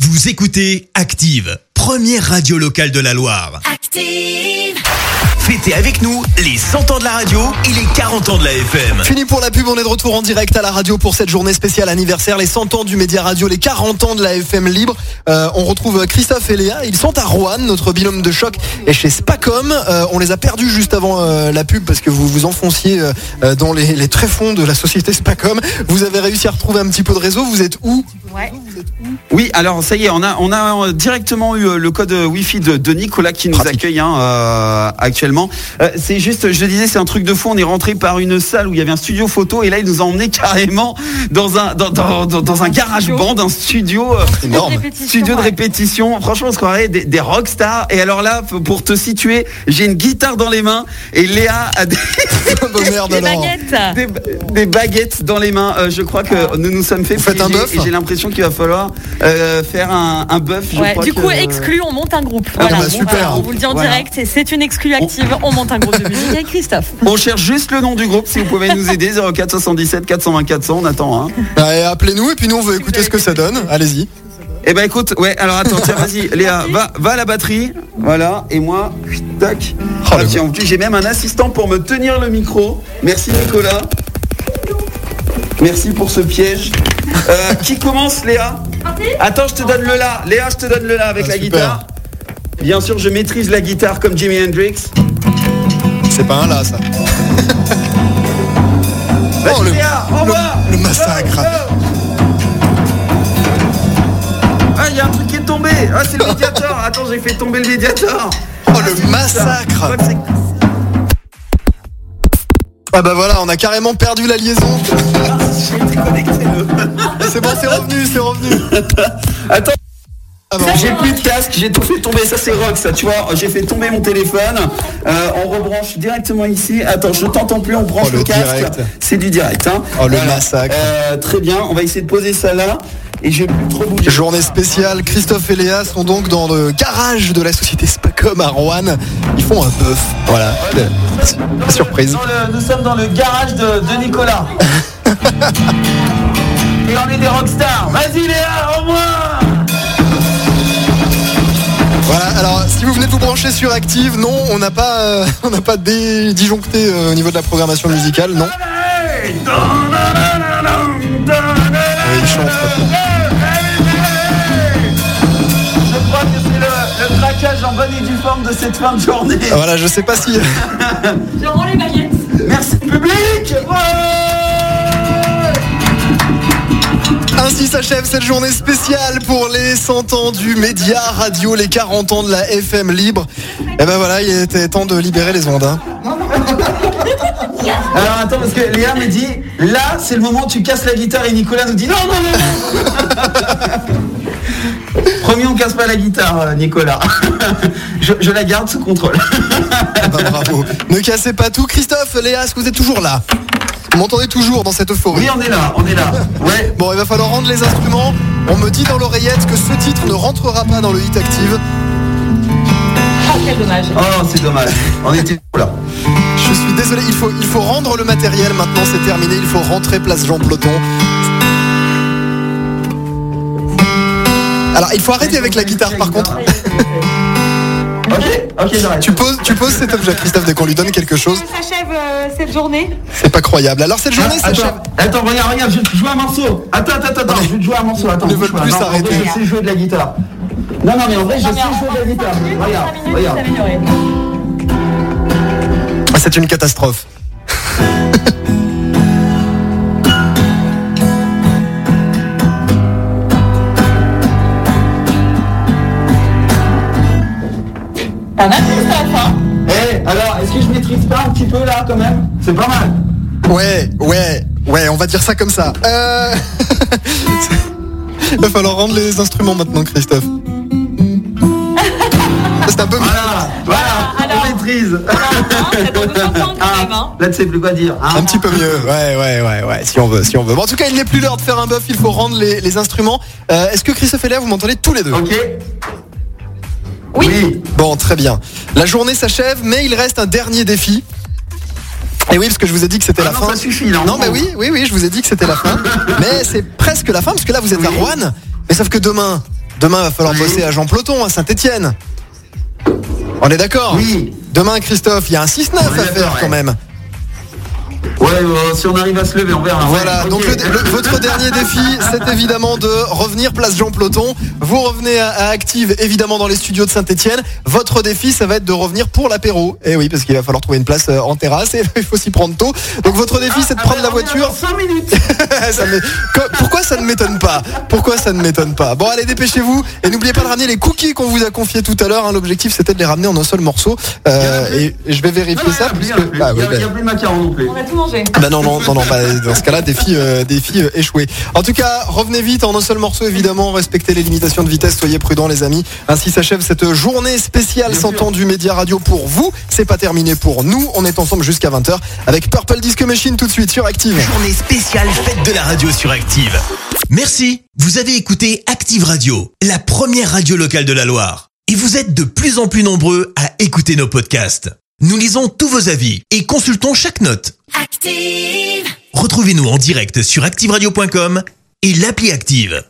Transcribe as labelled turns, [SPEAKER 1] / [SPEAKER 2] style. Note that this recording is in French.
[SPEAKER 1] Vous écoutez Active, première radio locale de la Loire.
[SPEAKER 2] Active.
[SPEAKER 1] Fêtez avec nous les 100 ans de la radio et les 40 ans de la FM.
[SPEAKER 3] Fini pour la pub, on est de retour en direct à la radio pour cette journée spéciale anniversaire, les 100 ans du Média Radio, les 40 ans de la FM libre. Euh, on retrouve Christophe et Léa, ils sont à Roanne, notre binôme de choc est chez Spacom. Euh, on les a perdus juste avant euh, la pub parce que vous vous enfonciez euh, euh, dans les, les tréfonds de la société Spacom. Vous avez réussi à retrouver un petit peu de réseau, vous êtes où
[SPEAKER 2] Ouais.
[SPEAKER 4] Oui, alors ça y est, on a, on a euh, directement eu euh, le code euh, Wi-Fi de, de Nicolas qui nous accueille hein, euh, actuellement. Euh, c'est juste, je le disais, c'est un truc de fou. On est rentré par une salle où il y avait un studio photo et là, il nous a emmené carrément dans un, dans, dans, dans- dans un garage band, un studio. euh,
[SPEAKER 3] Énorme.
[SPEAKER 4] Studio de répétition, franchement, on se croirait des, des rockstars. Et alors là, f- pour te situer, j'ai une guitare dans les mains et Léa a des,
[SPEAKER 3] Oh, merde
[SPEAKER 2] Les
[SPEAKER 3] alors.
[SPEAKER 2] baguettes.
[SPEAKER 4] des ba- des baguettes dans les mains. Euh, je crois que nous nous sommes fait
[SPEAKER 3] Ah. Vous faites un
[SPEAKER 4] piéger
[SPEAKER 3] bœuf
[SPEAKER 4] et j'ai l'impression qu'il va falloir euh, faire un, un bœuf. je
[SPEAKER 2] Ouais,
[SPEAKER 4] crois
[SPEAKER 2] du
[SPEAKER 4] que- euh,
[SPEAKER 2] coup, exclu, on monte un groupe.
[SPEAKER 4] Ah
[SPEAKER 2] Voilà,
[SPEAKER 3] bah,
[SPEAKER 2] on-
[SPEAKER 3] super.
[SPEAKER 2] voilà, on vous le dit en
[SPEAKER 4] Voilà.
[SPEAKER 2] direct, c'est une exclu active, on monte un groupe de musique avec Christophe.
[SPEAKER 4] On cherche juste le nom du groupe, si vous pouvez nous aider, 04 77 420 400, on attend. Hein.
[SPEAKER 3] Bah, et Appelez-nous et puis nous on veut écouter ce que ça donne, allez-y.
[SPEAKER 4] Eh ben écoute, ouais, alors attends, tiens, vas-y, Léa, va, va à la batterie, voilà, et moi, tac.
[SPEAKER 3] Oh,
[SPEAKER 4] Ah,
[SPEAKER 3] le
[SPEAKER 4] tiens, en plus, j'ai même un assistant pour me tenir le micro. Merci Nicolas. Merci pour ce piège. Euh, qui commence, Léa Attends, je te donne le là. Léa, je te donne le là avec
[SPEAKER 3] Ah,
[SPEAKER 4] la
[SPEAKER 3] super.
[SPEAKER 4] guitare. Bien sûr, je maîtrise la guitare comme Jimi Hendrix.
[SPEAKER 3] Oh, C'est pas un là ça.
[SPEAKER 4] Vas-y,
[SPEAKER 3] Oh, le-
[SPEAKER 4] Léa, envoie
[SPEAKER 3] le- le massacre.
[SPEAKER 4] Go, go. Ah, il y a un truc qui est tombé Ah, c'est le médiator Attends, j'ai fait tomber le médiator
[SPEAKER 3] Oh le massacre Ah bah voilà, on a carrément perdu la liaison. C'est bon, c'est revenu, c'est revenu.
[SPEAKER 4] Attends,
[SPEAKER 3] Ah bah,
[SPEAKER 4] j'ai plus de casque, j'ai tout fait tomber, ça c'est rock ça, tu vois, j'ai fait tomber mon téléphone, Euh, on rebranche directement ici, attends, je t'entends plus, on branche
[SPEAKER 3] Oh, le
[SPEAKER 4] le, casque,
[SPEAKER 3] direct.
[SPEAKER 4] c'est du direct. Hein.
[SPEAKER 3] Oh, le massacre.
[SPEAKER 4] Euh, très bien, on va essayer de poser ça là, et je vais plus trop bouger.
[SPEAKER 3] Journée spéciale, Christophe et Léa sont donc dans le garage de la société Spacom à Rouen. Ils font un bœuf. Voilà.
[SPEAKER 4] Dans
[SPEAKER 3] La
[SPEAKER 4] le-
[SPEAKER 3] surprise.
[SPEAKER 4] dans le- nous sommes dans le garage de, de Nicolas. Et on est des rockstars. Vas-y Léa, au moins
[SPEAKER 3] Voilà, alors si vous venez de vous brancher sur Active, non, on n'a pas, euh, on n'a pas dé- disjoncté euh, au niveau de la programmation musicale, non. Oui, ils chantent.
[SPEAKER 4] Je crois que c'est le, le craquage en bonne et due forme de cette fin de journée.
[SPEAKER 3] Ah, Voilà, je sais pas si.
[SPEAKER 2] Je rends les baguettes.
[SPEAKER 4] Merci public Ouais
[SPEAKER 3] Ainsi s'achève cette journée spéciale pour les 100 ans du média radio, les 40 ans de la FM libre. Et ben voilà, il était temps de libérer les ondes. hein.
[SPEAKER 4] Alors attends, parce que Léa me dit, là c'est le moment où tu casses la guitare et Nicolas nous dit non, non, non, non. Promis, on casse pas la guitare, euh, Nicolas. Je, je la garde sous contrôle.
[SPEAKER 3] Ah bah, bravo. Ne cassez pas tout. Christophe, Léa, est-ce que vous êtes toujours là Vous m'entendez toujours dans cette euphorie
[SPEAKER 4] Oui, on est là, on est là. Ouais.
[SPEAKER 3] Bon, il va falloir rendre les instruments. On me dit dans l'oreillette que ce titre ne rentrera pas dans le hit active.
[SPEAKER 2] Ah, quel dommage.
[SPEAKER 4] Oh, c'est dommage. On était là.
[SPEAKER 3] Je suis désolé, il faut, il faut rendre le matériel maintenant, c'est terminé. Il faut rentrer place Jean Ploton. Alors, il faut arrêter avec la guitare par contre.
[SPEAKER 4] Ok, ok, j'arrête.
[SPEAKER 3] Tu poses, tu poses cet objet, Christophe, dès qu'on lui donne quelque chose.
[SPEAKER 2] S'achève euh, cette journée.
[SPEAKER 3] C'est pas croyable. Alors, cette journée
[SPEAKER 4] attends,
[SPEAKER 3] s'achève.
[SPEAKER 4] attends, regarde, regarde, je vais te jouer un morceau. Attends, attends, attends, attends, je vais te jouer un morceau. Attends,
[SPEAKER 3] Ils ne
[SPEAKER 4] bouge
[SPEAKER 3] veulent
[SPEAKER 4] pas.
[SPEAKER 3] plus
[SPEAKER 4] Non, en vrai,
[SPEAKER 3] s'arrêter.
[SPEAKER 4] Je sais jouer de la guitare. Non, non, mais en vrai, je sais jouer de la guitare. Regarde, regarde.
[SPEAKER 3] Ah, C'est une catastrophe.
[SPEAKER 2] Pas mal, Christophe, hein
[SPEAKER 4] Eh, alors, est-ce que je maîtrise pas un petit peu là quand même C'est pas mal.
[SPEAKER 3] Ouais, ouais, ouais, on va dire ça comme ça. Euh... Il va falloir rendre les instruments maintenant, Christophe. C'est un peu.
[SPEAKER 4] Voilà, Ah, voilà,
[SPEAKER 2] alors.
[SPEAKER 4] on maîtrise.
[SPEAKER 2] Hein, ça donne autant de temps quand même, hein.
[SPEAKER 4] Ah, là, tu sais plus quoi dire. hein.
[SPEAKER 3] Un petit peu mieux, ouais, ouais, ouais, ouais, si on veut, si on veut. Bon, en tout cas, il n'est plus l'heure de faire un bœuf, il faut rendre les, les instruments. Euh, Est-ce que Christophe et Léa, vous m'entendez tous les deux
[SPEAKER 4] Ok
[SPEAKER 2] Oui.
[SPEAKER 3] Bon, très bien. La journée s'achève, mais il reste un dernier défi. Et oui, parce que je vous ai dit que c'était la
[SPEAKER 4] Ah non,
[SPEAKER 3] fin.
[SPEAKER 4] ça suffit, là,
[SPEAKER 3] Non,
[SPEAKER 4] on-
[SPEAKER 3] mais oui, oui, oui, je vous ai dit que c'était la fin. mais c'est presque la fin, parce que là, vous êtes à
[SPEAKER 4] Oui.
[SPEAKER 3] Rouen. Mais sauf que demain, Demain, va falloir bosser à Jean Ploton, à Saint-Etienne. On est d'accord
[SPEAKER 5] Oui.
[SPEAKER 3] Demain, Christophe, il y a un 6-9 à
[SPEAKER 5] On est
[SPEAKER 3] faire
[SPEAKER 5] d'accord,
[SPEAKER 3] quand
[SPEAKER 5] ouais.
[SPEAKER 3] même.
[SPEAKER 5] Ouais, euh, si on arrive à se lever, on verra. Ouais,
[SPEAKER 3] Voilà,
[SPEAKER 5] ok.
[SPEAKER 3] donc le- le- votre dernier défi, c'est évidemment de revenir place Jean Ploton. Vous revenez à, à Active, évidemment, dans les studios de Saint-Etienne. Votre défi, ça va être de revenir pour l'apéro. Et oui, parce qu'il va falloir trouver une place euh, en terrasse et il faut s'y prendre tôt. Donc votre défi, c'est de
[SPEAKER 5] Ah,
[SPEAKER 3] prendre la
[SPEAKER 5] on est dans
[SPEAKER 3] voiture.
[SPEAKER 5] cinq minutes.
[SPEAKER 3] Ça m'é- Co- Pourquoi ça ne m'étonne pas Pourquoi ça ne m'étonne pas Bon, allez, dépêchez-vous et n'oubliez pas de ramener les cookies qu'on vous a confiés tout à l'heure. hein. L'objectif, c'était de les ramener en un seul morceau. Euh,
[SPEAKER 5] Il y en a plus.
[SPEAKER 3] et et je vais
[SPEAKER 5] Non,
[SPEAKER 3] vérifier
[SPEAKER 5] non,
[SPEAKER 3] ça.
[SPEAKER 5] il n'y a,
[SPEAKER 3] puisque-
[SPEAKER 5] plus, il y
[SPEAKER 3] Ah,
[SPEAKER 5] a-
[SPEAKER 3] oui,
[SPEAKER 5] il y
[SPEAKER 3] ben-
[SPEAKER 5] a plus de macarons non plus.
[SPEAKER 2] On a tout mangé.
[SPEAKER 3] ah Bah non, non, non, non, bah, dans ce cas-là, défi, euh, défi euh, échoué. En tout cas, revenez vite en un seul morceau, évidemment, respectez les limitations de vitesse, soyez prudents, les amis. Ainsi s'achève cette journée spéciale
[SPEAKER 5] Bien
[SPEAKER 3] 100
[SPEAKER 5] sûr.
[SPEAKER 3] ans du Média Radio pour vous. C'est pas terminé pour nous, on est ensemble jusqu'à 20h avec Purple Disco Machine tout de suite sur Active.
[SPEAKER 1] Journée spéciale fête de la radio sur Active.
[SPEAKER 6] Merci, vous avez écouté Active Radio, la première radio locale de la Loire. Et vous êtes de plus en plus nombreux à écouter nos podcasts. Nous lisons tous vos avis et consultons chaque note.
[SPEAKER 7] Active.
[SPEAKER 6] Retrouvez-nous en direct sur activeradio.com et l'appli Active.